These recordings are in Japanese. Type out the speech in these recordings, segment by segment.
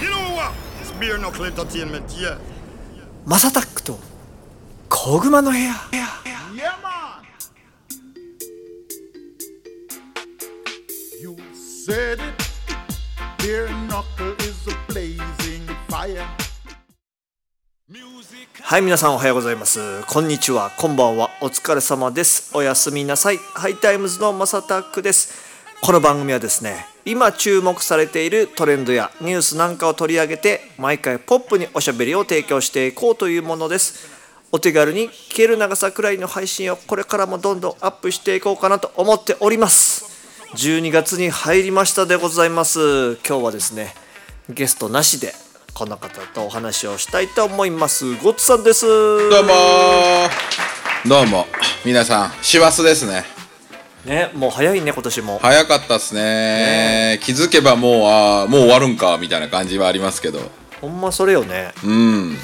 You know what? It's beer knuckle entertainment, yeah. マサタックと小熊の部屋 Yeah, man. You said it. Beer knuckle is a blazing fire. はい皆さんおはようございますこんにちはこんばんはお疲れ様ですおやすみなさいハイタイムズのマサタックですこの番組はですね今注目されているトレンドやニュースなんかを取り上げて毎回ポップにおしゃべりを提供していこうというものですお手軽に聞ける長さくらいの配信をこれからもどんどんアップしていこうかなと思っております12月に入りましたでございます今日はですねゲストなしでこの方とお話をしたいと思いますごつさんですどうもーどうも皆さん師走ですねねもう早いね今年も早かったっすね気づけばもうあーもう終わるんかみたいな感じはありますけどほんまそれよねうん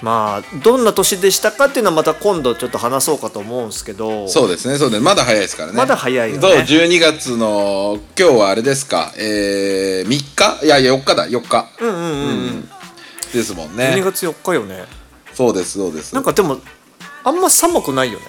まあどんな年でしたかっていうのはまた今度ちょっと話そうかと思うんですけどそうですねそうですねまだ早いですからねまだ早いよねどう12月の今日はあれですかえー、3日いやいや4日だ4日うんうんうん、ですもん12ね月4日よねそうですそうですなんかでもあんま寒くないよね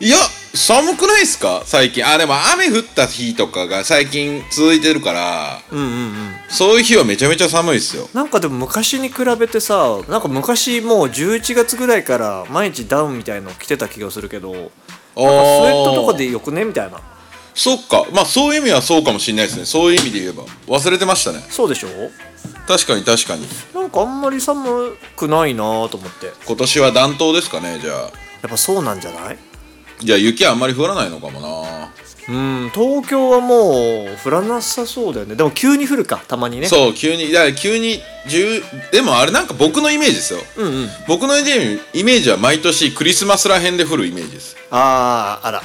いや寒くないっすか最近あでも雨降った日とかが最近続いてるからうんうんうんそういう日はめちゃめちゃ寒いっすよなんかでも昔に比べてさなんか昔もう11月ぐらいから毎日ダウンみたいの着てた気がするけどなんかあスウーェットとかでよくねみたいなそっかまあそういう意味はそうかもしれないですねそういう意味で言えば忘れてましたねそうでしょ確かに確かになんかあんまり寒くないなと思ってや今年は暖冬ですかねじゃあっぱそうなんじゃないじゃあ雪あんまり降らないのかもな、うん東京はもう降らなさそうだよねでも急に降るかたまにねそう急にだから急に10でもあれなんか僕のイメージですよ、う、んうん、僕のイメージイメージは毎年クリスマスら辺で降るイメージですあああら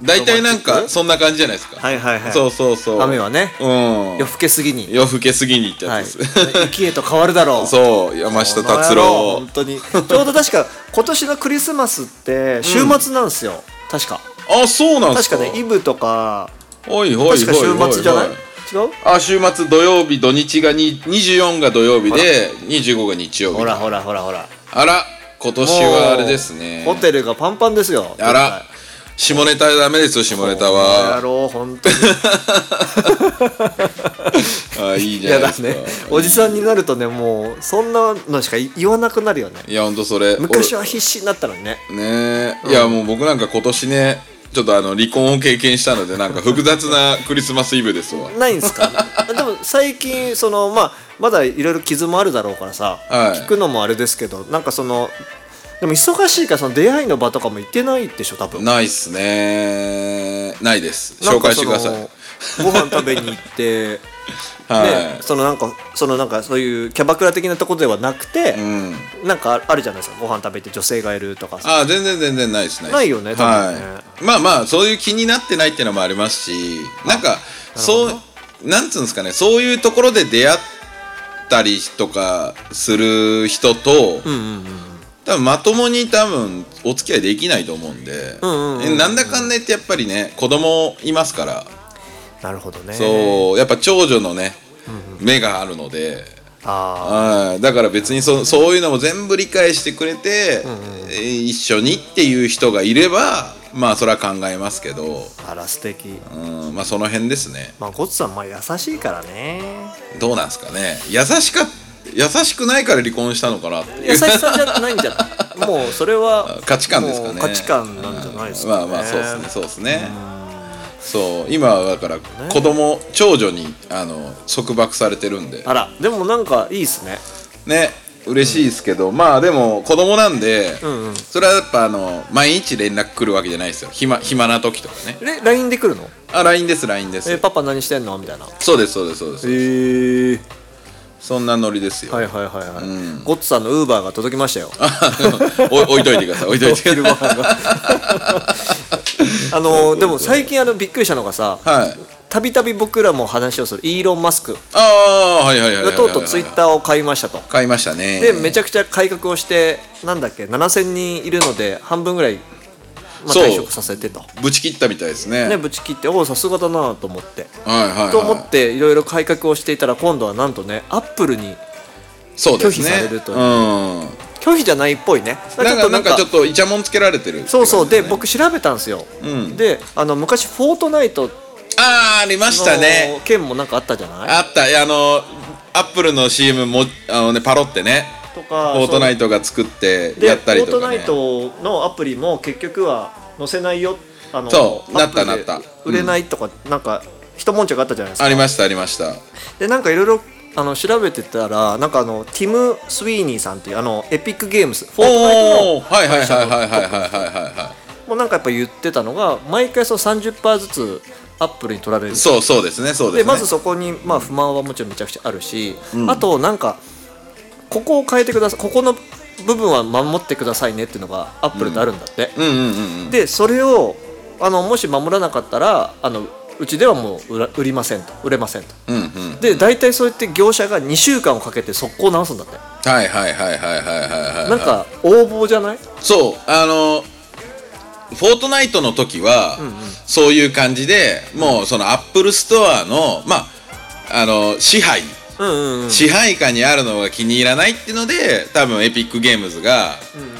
大体ロマなんンチッかクそんな感じじゃないですかはいはいはいそうそうそう雨はねうん夜更けすぎに、夜更けすぎにってはやい、つです、雪へと変わるだろう そう山下達郎本当にちょうど確か今年のクリスマスって週末なんですよ、確かあそうなんで確すかかねイブとかおいおいおいおいおい確か週末じゃない違うあ週末土曜日土日がに24が土曜日で25が日曜日ほらほらほらほらあら今年はあれですねホテルがパンパンですよあら下ネタダメですよ下ネタやはろう本当にあいいじゃ嫌ないだですかねおじさんになるとねもうそんなのしか言わなくなるよねいやほんとそれ昔は必死になったのにね俺ねえいやもう僕なんか今年ねちょっとあの離婚を経験したのでなんか複雑なクリスマスイブですわないんですか でも最近そのまあまだいろいろ傷もあるだろうからさ、はい聞くのもあれですけどなんかそのでも忙しいからその出会いの場とかも行ってないでしょ多分ないっすねないですなん紹か介しそてくのださいご飯食べに行って、 はね、そのなんかそのなんかそういうキャバクラ的なとこではなくてい、う、んなんかあるじゃないですかご飯食べて女性がいるとかさああ全然全然ないですねないよね多分ねはい、まあまあそういう気になってないっていうのもありますしなんかそうなんつうんですかねそういうところで出会ったりとかする人と、うんうんうん多分まともに多分お付き合いできないと思うんで、んうんうんうんえなんだかんだ言ってやっぱりね子供いますから、なるほどねそうやっぱ長女のね、目があるので。あはいだから別にそそういうのも全部理解してくれて、えー一緒にっていう人がいればまあそれは考えますけど、ーあら素敵うん、まあその辺ですねまあゴッツさんまあ優しいから ねどうなんですかね優しか優しくないから離婚したのかなっていう優しさじゃないんじゃないもうそれは価値観ですかねもう価値観なんじゃないですか、ね まあまあそうですねそうですねそう今はだから子供長女にあの束縛されてるんであらでもなんかいいですねね嬉しいですけど、まあでも子供なんで、んうんそれはやっぱあの毎日連絡来るわけじゃないですよ暇暇な時とかねえ LINE で来るのあ LINE です LINE でえすパパ何してんのみたいなへそうですそうですそうですえそんなノリですよ、はいはいはいはい、うんゴッツさんのウーバーが届きましたよ お置いといてください置いといてくだ昼ご飯が あのでも最近あのびっくりしたのがささいはいたびたび僕らも話をするイーロン・マスクああはいはいはいはがいとうとうツイッターーを買いましたと買いましたねでめちゃゃくちゃ改革をしてなんだっけ7000人いるので半分ぐらいまあ、そう退職させてと、ぶち切ったみたいですねね、ぶち切っておおさすがだなと思って、はいはい、はい、と思っていろいろ改革をしていたら今度はなんとねアップルにそうです拒否ねされるといううん拒否じゃないっぽいねなんかなんかちょっとイチャモンつけられてるそうそうで僕調べたんですよ、んであの昔「フォートナイト」ああありましたねの件もなんかあったじゃないあったいやあのアップルの CM もあのねパロってねとフかォートナイトが作ってやったりとか、ね、でフォートナイトのアプリも結局は載せないよあのそうなったアップルでなった売れないとか、なんか一悶着あったじゃないですかありましたありましたでなんかいろいろあの調べてたらなんかあのティム・スウィーニーさんっていうあのエピックゲームズフォートナイトおおのーはいはいはいはいはいはい会社のトップはいはいはもうなんかやっぱ言ってたのが毎回その30%ずつアップルに取られるいそうそうですねそうですねでまずそこにまあ不満はもちろんめちゃくちゃあるし、あとなんかここを変えてくださいここの部分は守ってくださいねっていうのがアップルであるんだって、うんうんうんうんでそれをあのもし守らなかったらあのうちではもう売ら売りませんと売れませんとうんうんで大体そうやって業者が2週間をかけて速攻直すんだってはいはいはいはいはいはいはいなんか横暴じゃないそうあのフォートナイトの時は、そういう感じでもうそのアップルストアのまああの支配うんうんうん支配下にあるのが気に入らないっていうので多分エピックゲームズが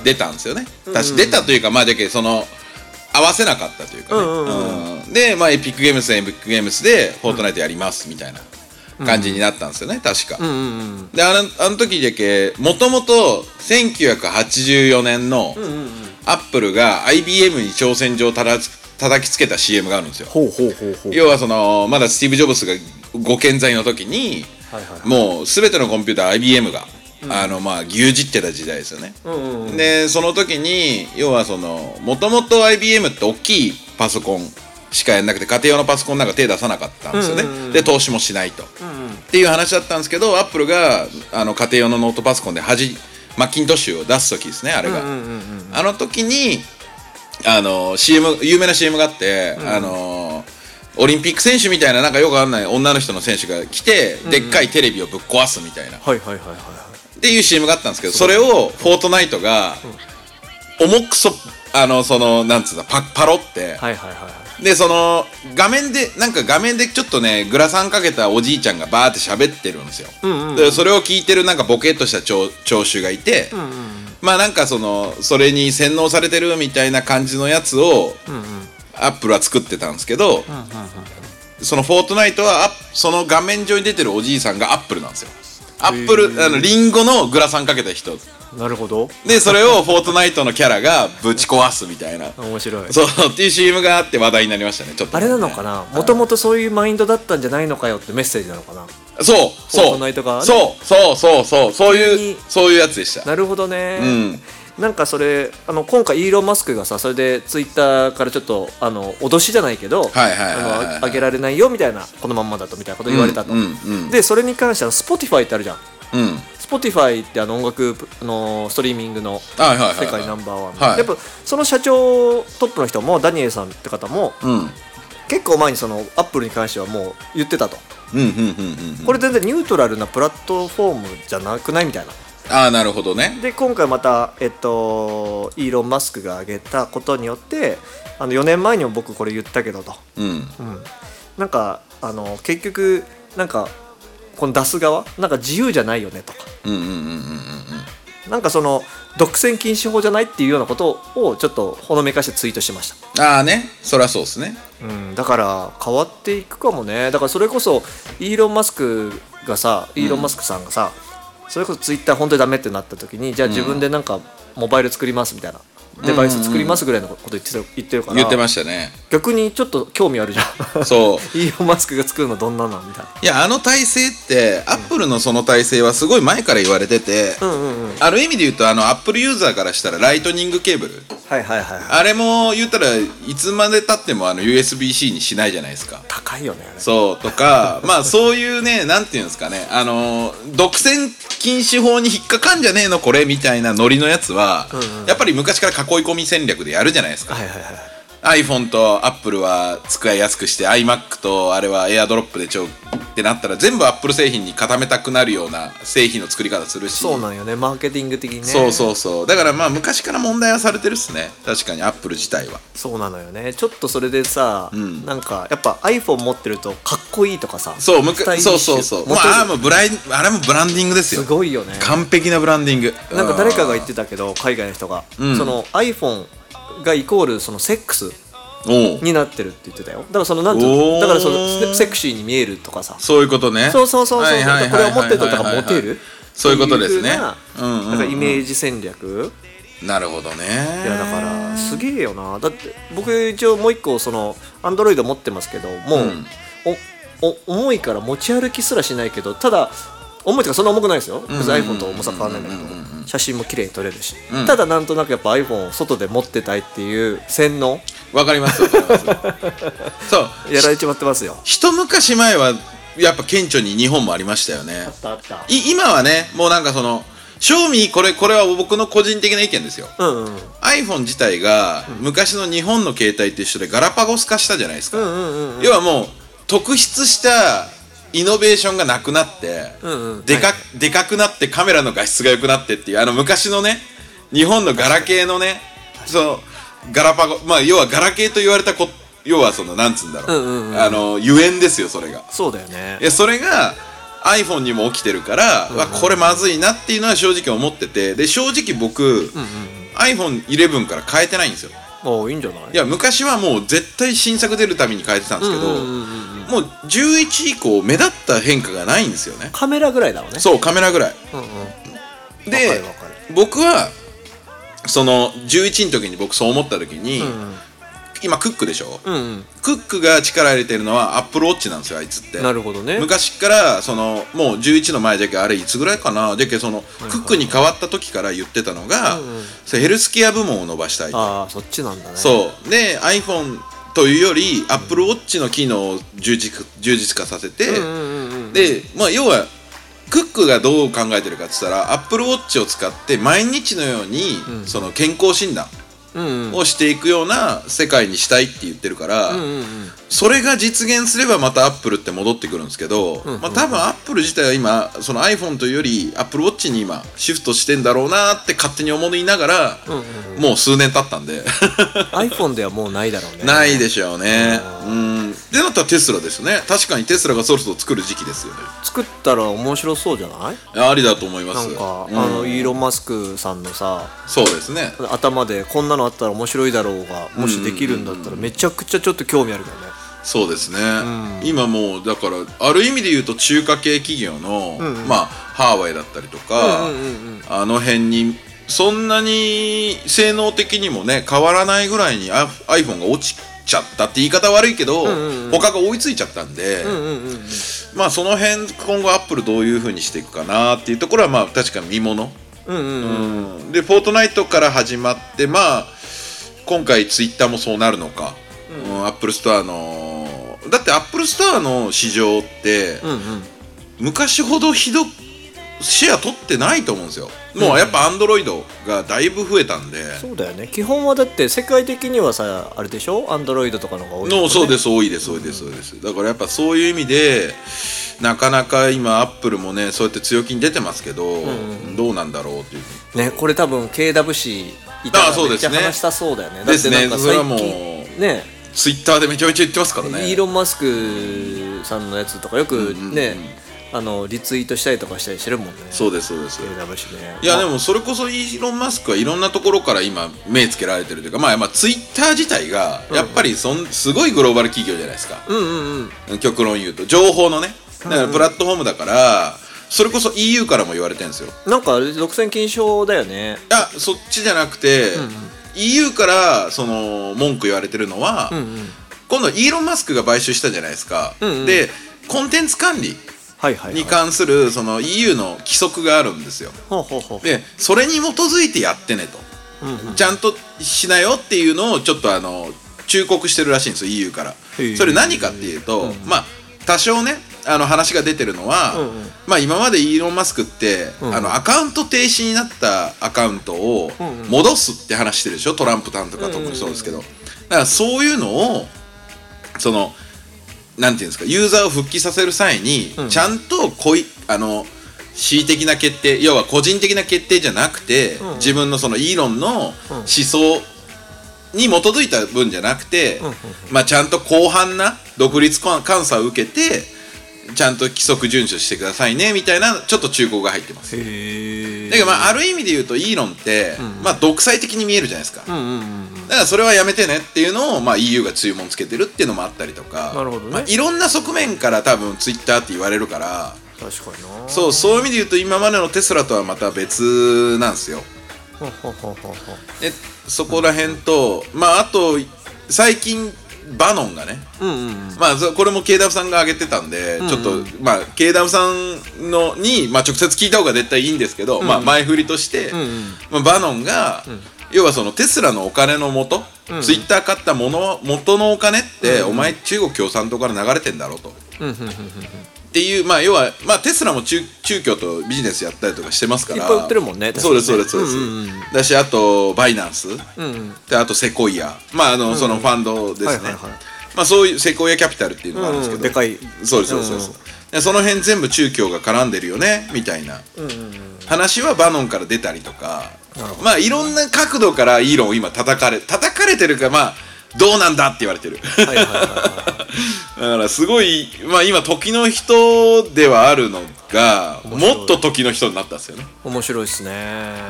出たんですよね、私出たというかまあだけどその合わせなかったというかね、うんううんでまあエピックゲームズはエピックゲームズでフォートナイトやりますみたいな感じになったんですよね確か、うんうんうんであのあの時だけもともと1984年のアップルが IBM に挑戦状をたらつ叩きつけた CM があるんですよほうほうほうほう要はそのまだスティーブ・ジョブスがご健在の時に、はいはいもう全てのコンピューター IBM が、あのまあ牛耳ってた時代ですよね、うんうんうんでその時に要はそのもともと IBM って大きいパソコンしかやんなくて家庭用のパソコンなんか手出さなかったんですよね、うんうんうんで投資もしないと、っていう話だったんですけどアップルがあの家庭用のノートパソコンで端マッキントッシュを出す時ですねあれが、うんうんうんあの時にあの CM 有名な CM があって、あのオリンピック選手みたいななんかよくわかんない女の人の選手が来て、でっかいテレビをぶっ壊すみたいなはいはいはいはいはいっていう CM があったんですけどそれをフォートナイトが重くそあのそのなんつうんだパパロっはいて、はいはいはいでその画面でなんか画面でちょっとねグラサンかけたおじいちゃんがバーって喋ってるんですよ、でそれを聞いてるなんかボケっとした聴聴衆がいて、まあなんかそのそれに洗脳されてるみたいな感じのやつを、アップルは作ってたんですけど、その「フォートナイトは」アップその画面上に出てるおじいさんがアップルなんですよアップルあのリンゴのグラサンかけた人なるほどでそれを「フォートナイト」のキャラがぶち壊すみたいな面白い そうっていう CM があって話題になりましたねちょっとあね、れなのかなもともとそういうマインドだったんじゃないのかよってメッセージなのかなそうそうフォートナイトがねそうそうそうそうそう急いにうそういうやつでしたなるほどね、うんなんかそれあの今回イーロン・マスクがさそれでツイッターからちょっとあの脅しじゃないけどはいはいはいはいはいあのあげられないよみたいなこのまんまだとみたいなこと言われたと、うんうんうんでそれに関しては Spotify ってあるじゃんうん Spotify ってあの音楽あのストリーミングのはいはいはいはい世界ナンバーワンの、はいやっぱその社長トップの人もダニエルさんって方もうんうん結構前にそのアップルに関してはもう言ってたとうんうんうんこれ全然ニュートラルなプラットフォームじゃなくないみたいなああなるほどねで今回また、えっと、イーロン・マスクが挙げたことによってあの4年前にも僕これ言ったけどと、うんうん、なんかあの結局なんかこの出す側なんか自由じゃないよねとかうんうんうんうんうんなんかその独占禁止法じゃないっていうようなことをちょっとほのめかしてツイートしましああねそりゃそうですねた、うん、だから変わっていくかもねだからそれこそイーロン・マスクがさイーロン・マスクさんがさ、それこそツイッター本当にダメってなった時にじゃあ自分でなんかモバイル作りますみたいな、デバイス作りますぐらいのこと言ってた言ってるから言ってましたね逆にちょっと興味ある じゃんそうイーロン・マスクが作るのどんなのみたいないやあの体制ってアップルのその体制はすごい前から言われてて、うんうんうんある意味で言うとあのアップルユーザーからしたらライトニングケーブルはいはいはいはいあれも言ったらいつまでたってもあの USB-C にしないじゃないですか高いよねあれそうとか まあそういうねなんていうんですかねあの独占禁止法に引っかかんじゃねえのこれみたいなノリのやつは、やっぱり昔から囲い込み戦略でやるじゃないですか、はいはいはい iPhone と Apple は使いやすくして iMac とあれは AirDrop でちょってなったら全部 Apple 製品に固めたくなるような製品の作り方するしそうなんよねマーケティング的にねそうそうそうだからまあ昔から問題はされてるっすね確かに Apple 自体はそうなのよねちょっとそれでさ、んなんかやっぱ iPhone 持ってるとかっこいいとかさそうむスかタイリッシそュうそうそうもモうテるあれもブライあれもブランディングですよすごいよね完璧なブランディングなんか誰かが言っててたけど海外の人が、うんその iPhone がイコールそのセックスおうになってるって言ってたよだからそのなんていうおーのだからそのセクシーに見えるとかさそういうことねそうそうそうそう、はいはいはいこれを持ってるとはいだかはいらはいモテるそういうことですねっていう風なうんうんうんなんかイメージ戦略なるほどねいやだからすげえよなだって僕一応もう一個そのアンドロイド持ってますけどもう、うんおお重いから持ち歩きすらしないけどただ重いというかそんな重くないですよ別に iPhone と重さ変わらないんだけうんうんど写真も綺麗に撮れるし、うんただなんとなくやっぱ iPhone を外で持ってたいっていう洗脳わかりますわかりますそうやられちまってますよ一昔前はやっぱ顕著に日本もありましたよねあったあったい今はねもうなんかその正味これこれは僕の個人的な意見ですようんうん iPhone 自体が昔の日本の携帯と一緒でガラパゴス化したじゃないですか、うんうんうん要はもう特筆したイノベーションがなくなって、うんうんでかでかくなってカメラの画質が良くなってっていうあの昔のね日本のガラケーのねそのガラパゴまあ要はガラケーと言われたこ要はそのなんつうんだろう,、うんうんうんあのゆえんですよそれがそうだよねいやそれが iPhone にも起きてるから、わこれまずいなっていうのは正直思っててで正直僕、iPhone11 から変えてないんですよもういいんじゃないいや昔はもう絶対新作出るために変えてたんですけど、もう11以降目立った変化がないんですよねカメラぐらいだろうねそうカメラ ぐらいうんうんわかでるわかる僕はその11の時に僕そう思った時に、今クックでしょ、うんうんクックが力入れてるのはアップルウォッチなんですよあいつってなるほどね昔からそのもう11の前じゃけあれいつぐらいかなじゃけそのクックに変わった時から言ってたのが、それヘルスケア部門を伸ばしたいああそっちなんだねそうで iPhone というより AppleWatch の機能を充実充実化させて、うんうんうんで、まあ、要はクックがどう考えてるかって言ったら AppleWatch を使って毎日のように、その健康診断うんうんをしていくような世界にしたいって言ってるから、うんうんうんそれが実現すればまたアップルって戻ってくるんですけど、まあ、多分アップル自体は今その iPhone というより AppleWatch に今シフトしてんだろうなって勝手に思いながら、もう数年経ったんで iPhone ではもうないだろうねないでしょうね。うんでなったらテスラですよね確かにテスラがそろそろ作る時期ですよね作ったら面白そうじゃないありだと思いまなすんか、うんあのイーロン・マスクさんのさそうですね頭でこんなのあったら面白いだろうがもしできるんだったらめちゃくちゃちょっと興味あるけどねそうですね、今もうだからある意味で言うと中華系企業の、まあハーワイだったりとか、あの辺にそんなに性能的にもね変わらないぐらいにあ iPhone が落ちちゃったって言い方悪いけど、他が追いついちゃったんで、まあその辺今後アップルどういう風にしていくかなっていうところはまあ確かに見ものうんうん、うんで「フォートナイト」から始まってまあ今回ツイッターもそうなるのか、うんアップルストアのだってアップルストアの市場って、うんうん昔ほどひどくシェア取ってないと思うんですよもうやっぱアンドロイドがだいぶ増えたんで、そうだよね基本はだって世界的にはさあれでしょアンドロイドとかの方が多いのそうですす多いです多いです多いですだからやっぱそういう意味でなかなか今アップルもねそうやって強気に出てますけど、どうなんだろうっていうねこれ多分 KWC いたああそらうめでっちすゃね話したそうだよねですねだってそれなはんもかう最近ねツイッターでめちゃめちゃ言ってますからねイーロン・マスクさんのやつとかよくね、あのリツイートしたりとかしたりしてるもんねそうですそうです、 AWC ねいやまであもそれこそイーロン・マスクはいろんなところから今目つけられてるというかまあまあツイッター自体がやっぱりそんすごいグローバル企業じゃないですか、うんうんうん極論言うと情報のねだからプラットフォームだからそれこそ EU からも言われてるんですよなんかあれ独占禁止法だよねいやそっちじゃなくて、EU からその文句言われてるのは、今度イーロン・マスクが買収したじゃないですか、うんうんでコンテンツ管理はいはい、はい、に関するその EU の規則があるんですよほうほうほうでそれに基づいてやってねと、ちゃんとしなよっていうのをちょっとあの忠告してるらしいんですよ EU からへえそれ何かっていうと、まあ多少ねあの話が出てるのは、んうんまあ、今までイーロン・マスクって、んあのアカウント停止になったアカウントを戻すって話してるでしょトランプさんとか特にそうですけど、だからそういうのをそのなんていうんですかユーザーを復帰させる際に、ちゃんとこいあの恣意的な決定要は個人的な決定じゃなくて、自分のそのイーロンの思想に基づいた分じゃなくて、まあ、ちゃんと広範な独立監査を受けてちゃんと規則遵守してくださいねみたいなちょっと忠告が入ってます。へだけどまあある意味で言うとイーロンって、まあ独裁的に見えるじゃないですか、だからそれはやめてねっていうのを、まあ、EU が注文つけてるっていうのもあったりとかなるほどねまあ、いろんな側面から多分ツイッターって言われるから確かになそうそういう意味で言うと今までのテスラとはまた別なんですよほうほうほうほうほうでそこら辺とまああと最近バノンがね、まあそこれも KW さんが挙げてたんで、ちょっとまあ KW さんのに、まあ、直接聞いた方が絶対いいんですけど、まあ、前振りとして、まあ、バノンが、要はそのテスラのお金の元、ツイッター買ったもの元のお金って、お前中国共産党から流れてんだろうと。っていうまあ要は、まあ、テスラも中中共とビジネスやったりとかしてますからいっぱい売ってるもんね確かそにうねですそうですそうです、だしあとバイナンス、であとセコイアまああの、そのファンドですね、はいはいはいまあそういうセコイアキャピタルっていうのがあるんですけど、うんでかいそうですそうですそうです、でその辺全部中共が絡んでるよねみたいな話はバノンから出たりとか、まあいろんな角度からイーロンを今叩かれ叩かれてるかまあどうなんだって言われてるはいはいはいはい だからすごい、まあ、今時の人ではあるのがもっと時の人になったんですよね、面白いですね、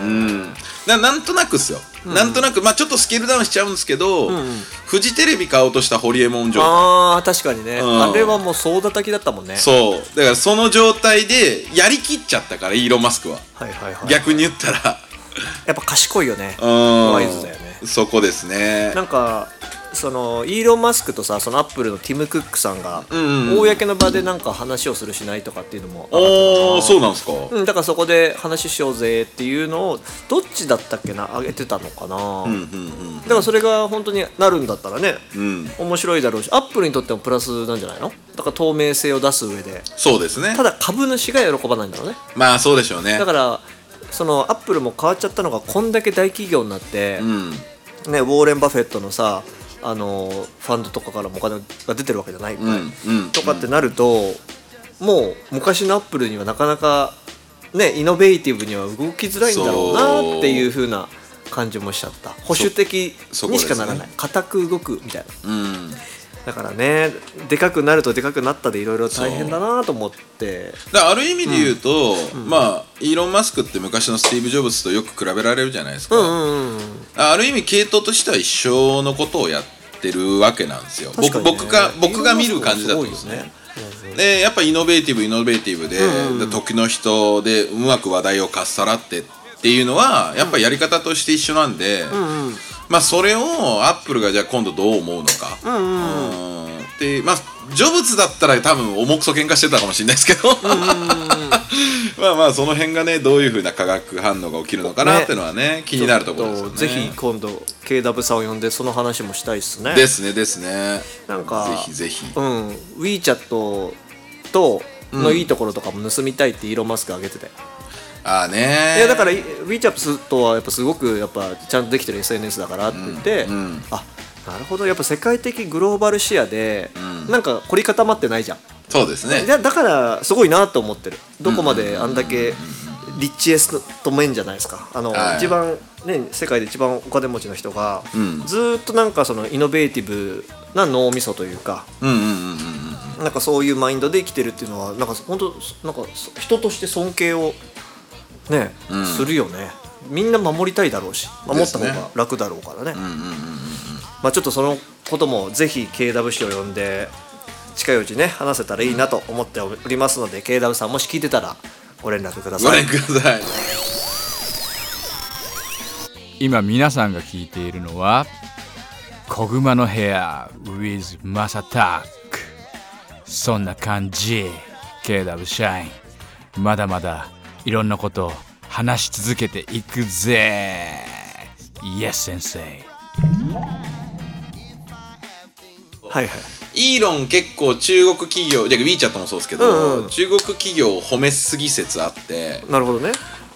うん、ななんとなくっすよ、なんとなく、まあ、ちょっとスケールダウンしちゃうんですけど、フジテレビ買おうとしたホリエモン状ああ確かにね、うんあれはもう総叩きだったもんねそうだからその状態でやりきっちゃったからイーロン・マスクは、はいはいはい逆に言ったらやっぱ賢いよねうんワイズだよねそこですねなんかそのイーロン・マスクとさそのアップルのティム・クックさんが、んうん公の場でなんか話をするしないとかっていうのも上がってたかなおおそうなんですか、うん、だからそこで話しようぜっていうのをどっちだったっけな上げてたのかな、だからそれが本当になるんだったらね、ん面白いだろうしアップルにとってもプラスなんじゃないのだから透明性を出す上でそうですねただ株主が喜ばないんだろうねまあそうでしょうねだからそのアップルも変わっちゃったのがこんだけ大企業になって、うんね、ウォーレン・バフェットのさあのファンドとかからもお金が出てるわけじゃない、うんうんとかってなると、もう昔のアップルにはなかなか、ね、イノベーティブには動きづらいんだろうそうなっていう風な感じもしちゃった保守的そにしかそなこですねらない固く動くみたいなうんだからねでかくなるとでかくなったでいろいろ大変だなと思ってだからある意味で言うと、まあイーロン・マスクって昔のスティーブ・ジョブズとよく比べられるじゃないですか、うんうんある意味系統としては一緒のことをやってるわけなんですよ確かにね僕僕が僕が見る感じだと思うんですイーロンねマスクもすごいよねでやっぱイノベーティブイノベーティブで,、で時の人でうまく話題をかっさらってっていうのはやっぱやり方として一緒なんで、まあそれをアップルがじゃあ今度どう思うのか、うんでまあジョブズだったら多分重くそ喧嘩してたかもしれないですけど まあまあその辺がねどういうふうな化学反応が起きるのかなっていうのはね気になるところですよね。ぜひ今度 KW さんを呼んでその話もしたいですねですねですねなんかぜひぜひうん WeChat とのいいところとかも盗みたいってイーロン・マスク上げてて、ああねいやだから WeChat とはやっぱすごくやっぱちゃんとできてる SNS だからって言って、うんうんあなるほどやっぱ世界的グローバル視野で、なんか凝り固まってないじゃんそうですねだだからすごいなと思ってるどこまであんだけリッチエストメンじゃないですかあの、はい一番、ね、世界で一番お金持ちの人が、んずーっとなんかそのイノベーティブな脳みそというかうんうんうんうんなんかそういうマインドで生きてるっていうのはなんか本当なんかそ人として尊敬をね、するよねみんな守りたいだろうし守った方ですねが楽だろうからねまあちょっとそのこともぜひ KW 氏を呼んで近いうちね話せたらいいなと思っておりますので KW さんもし聞いてたらご連絡くだごさい覧ください今皆さんが聞いているのは「小熊の部屋 with マサタック」そんな感じ KW 社員まだまだいろんなことを話し続けていくぜ Yes 先生はいはいイーロン結構中国企業じゃあ WeChat もそうですけど、中国企業を褒めすぎ説あってなるほどね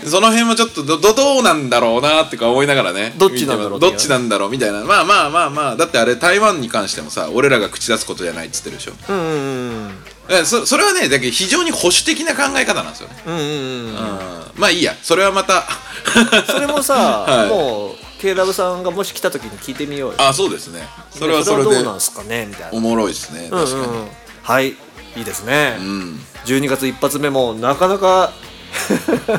その辺もちょっとどどどうなんだろうなとか思いながらねどっちなんだろう見てますどっちなんだろうみたいなまあまあまあまあだってあれ台湾に関してもさ俺らが口出すことじゃないっつってるでしょうんうんえそそれはねだけど非常に保守的な考え方なんですよね、うんうんうんうんまあいいやそれはまた それもさ、はいもう K ラブさんがもし来た時に聞いてみようよあそうですねそれはそれどでうなんすかねみたいおなもろいですね確うんかうんうんはいいいですね、にうん12月一発目もなかなか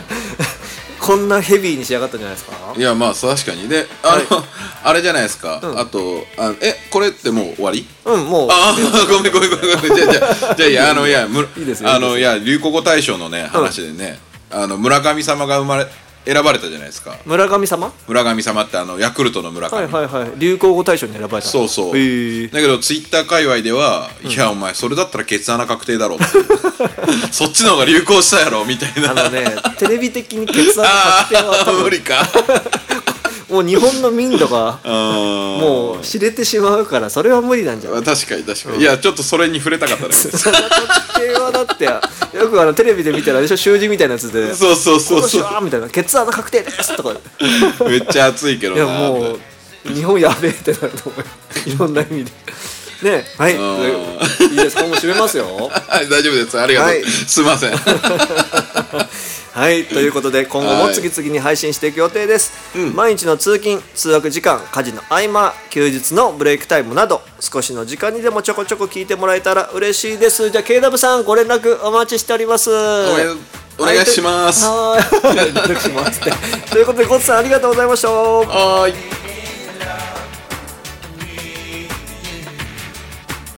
こんなヘビーに仕上がったんじゃないですかいやまあ確かにであの、 あれじゃないですか、あとあえこれってもう終わりうんもうああごめんごめんごめんごめんじゃあじゃあじゃあいやあのいやむいいですよあのいや流行語大賞のね話でね、あの村神様が生まれ選ばれたじゃないですか村神様村神様ってあのヤクルトの村上、はいはいはい流行語大賞に選ばれたそうそう、へえだけどツイッター界隈では「いやお前それだったらケツ穴確定だろ」って そっちの方が流行したやろみたいなあの ねテレビ的に決断確定は多あー無分 理かもう日本の民度 がももう知れてしまうからそれは無理なんじゃない確かに確かに、いやちょっとそれに触れたかっ たですその確定はだってよくあのテレビで見たらあれでしょ習字みたいなやつで「そうそうそ今う年そは」みたいな「ケツ穴確定です」とかいうめっちゃ熱いけどなやもう日本やべえってなると思うよいろんな意味でねはいんいいですかもう締めますよはい、 大丈夫です。ありがとう。はいすい ません。はいということで今後も次々に配信していく予定です、毎日の通勤通学時間家事の合間休日のブレイクタイムなど少しの時間にでもちょこちょこ聞いてもらえたら嬉しいですじゃあ KW さんご連絡お待ちしておりますおめお願いしま す。はーい。お願いしますってということで、ゴッツさんありがとうございました。はーい。